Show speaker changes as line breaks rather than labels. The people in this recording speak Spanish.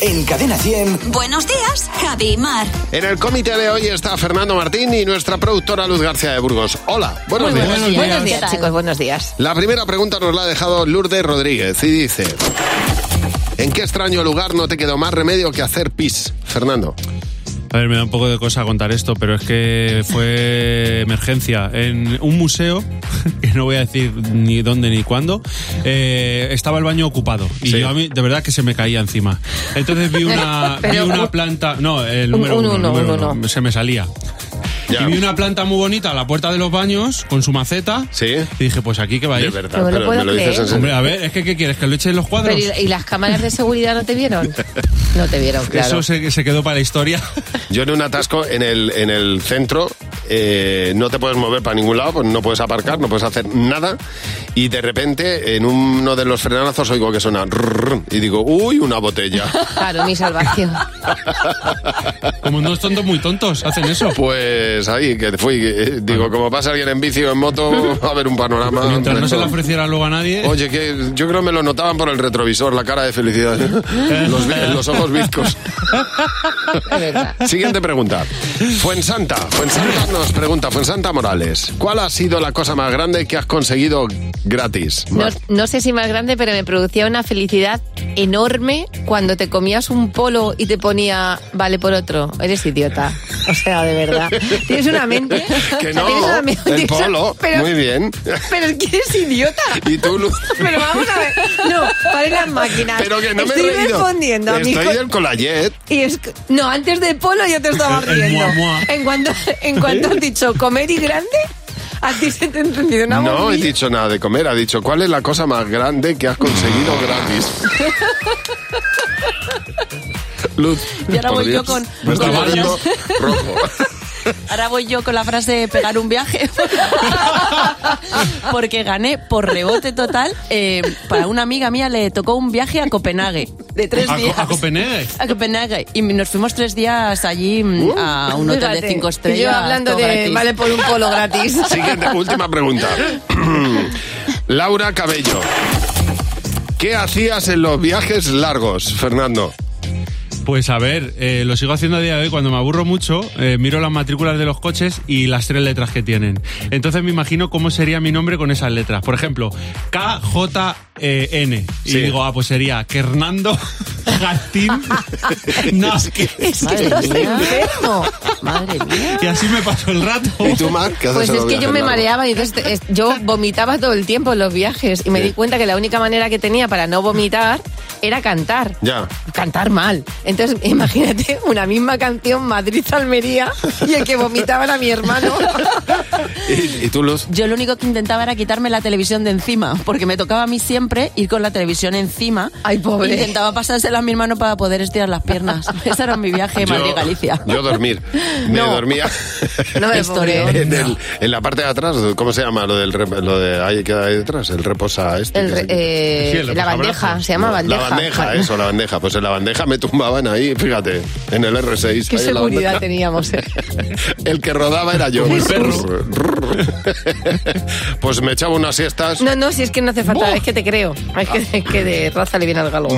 En Cadena 100.
Buenos días, Javi y Mar.
En el comité de hoy está Fernando Martín y nuestra productora Luz García de Burgos. Hola, buenos días.
Buenos días, chicos, buenos días.
La primera pregunta nos la ha dejado Lourdes Rodríguez y dice: ¿En qué extraño lugar no te quedó más remedio que hacer pis, Fernando?
A ver, me da un poco de cosa contar esto, pero es que fue emergencia. En un museo, que no voy a decir ni dónde ni cuándo, eh, estaba el baño ocupado. Y
Sí.
yo a mí, de verdad que se me caía encima. Entonces vi una, vi
Pero-
una planta. No, el
Un-
número
un
uno, el
uno,
número
un
uno.
uno.
Se me salía.
Ya.
Y vi una planta muy bonita a la puerta de los baños, con su maceta.
Sí,
Y dije, pues aquí que va a
de
ir.
verdad,
¿eh? No me lo
pero
puedo
me lo dices
creer.
en serio.
Hombre, a ver, es que ¿qué quieres? ¿Que lo eche en los cuadros?
Pero, ¿y, y las cámaras de seguridad no te vieron? No te vieron, claro.
Eso se, se quedó para la historia.
Yo en un atasco en el, en el centro eh, no te puedes mover para ningún lado, pues no puedes aparcar, no puedes hacer nada. Y de repente en uno de los frenazos oigo que suena rrrr, y digo, uy, una botella.
Claro, mi salvación.
Como unos tontos muy tontos hacen eso.
Pues ahí que fui. eh, Digo, como pasa alguien en bici o en moto, a ver un panorama.
Pues Mientras no se la
Esto-
ofreciera luego a nadie.
Ah, Oye, que yo creo que me lo notaban por el retrovisor, la cara de felicidad. ¿eh? Los, vi- los ojos bizcos.
Es verdad.
Siguiente pregunta. Fuensanta. Fuensanta nos pregunta, Fuensanta Morales, ¿cuál ha sido la cosa más grande que has conseguido gratis?
No, no sé si más grande, pero me producía una felicidad enorme cuando te comías un polo y te ponía, vale por otro. Eres idiota. O sea, de verdad. Tienes una mente.
Que
o sea,
no,
tienes una mente-
el
tienes una-
polo,
pero,
muy bien.
pero es que eres idiota.
Y tú, Lu-
Pero vamos a ver. No, paren las máquinas.
Pero que no me he
Estoy
reído.
respondiendo a mi
Estoy
co-
del colayet.
Y es que- no, antes de polo yo te estaba
El- el
riendo.
mua, mua.
En cuanto, en cuanto has dicho comer y grande, a ti se te ha entendido una
No he
bombilla.
dicho nada de comer, ha dicho, ¿cuál es la cosa más grande que has conseguido gratis? Luz.
Y ahora
por
voy yo
Dios,
con-
Me está
con la-
poniendo rojo.
Ahora voy yo con la frase de pegar un viaje. Porque gané por rebote total. eh, para una amiga mía le tocó un viaje a Copenhague de tres
a, Co-
días.
a Copenhague.
A Copenhague. Y nos fuimos tres días allí mm, a un hotel
Uh, Fíjate,
de cinco estrellas.
Yo hablando
todo
de
gratis.
vale por un polo gratis.
Siguiente, última pregunta. Laura Cabello. ¿Qué hacías en los viajes largos, Fernando?
Pues a ver, eh, lo sigo haciendo a día de hoy. Cuando me aburro mucho, eh, miro las matrículas de los coches y las tres letras que tienen. Entonces me imagino cómo sería mi nombre con esas letras. Por ejemplo, KJN. Y
Sí.
digo, ah, pues sería Hernando Gatín Nazquez.
Es que
Madre
estás
mía.
enfermo.
Madre mía.
Y así me paso el rato.
¿Y tú, Mar? ¿Qué haces
Pues
en
es
los
que yo
viajes
me
largos?
mareaba y entonces es- yo vomitaba todo el tiempo en los viajes y me
Sí.
di cuenta que la única manera que tenía para no vomitar era cantar.
Ya.
Cantar mal. Entonces, imagínate una misma canción Madrid-Almería y el que vomitaba era mi hermano.
¿Y, y tú, Luz?
Yo lo único que intentaba era quitarme la televisión de encima, porque me tocaba a mí siempre ir con la televisión encima.
Ay, pobre.
Intentaba pasársela a mi hermano para poder estirar las piernas. Ese era mi viaje
Yo-
Madrid-Galicia.
Yo dormir. Me
No.
dormía.
No me
Historia.
pobre.
En, el- en la parte de atrás, ¿cómo se llama lo del rep- lo de ahí que hay detrás? El reposa este.
El
que
re-
se-
eh,
Sí, el
la
reposabrazos.
bandeja, se llama
No,
bandeja.
pues, La bandeja, eso, la bandeja. Pues en la bandeja me tumbaban ahí, fíjate, en el R6.
Qué
ahí en la
seguridad
bandeja.
teníamos. eh.
El que rodaba era yo.
Como el perro.
Pues me echaba unas siestas.
No, no, si es que no hace falta, es que te creo. Es que, es que de raza le viene al galo.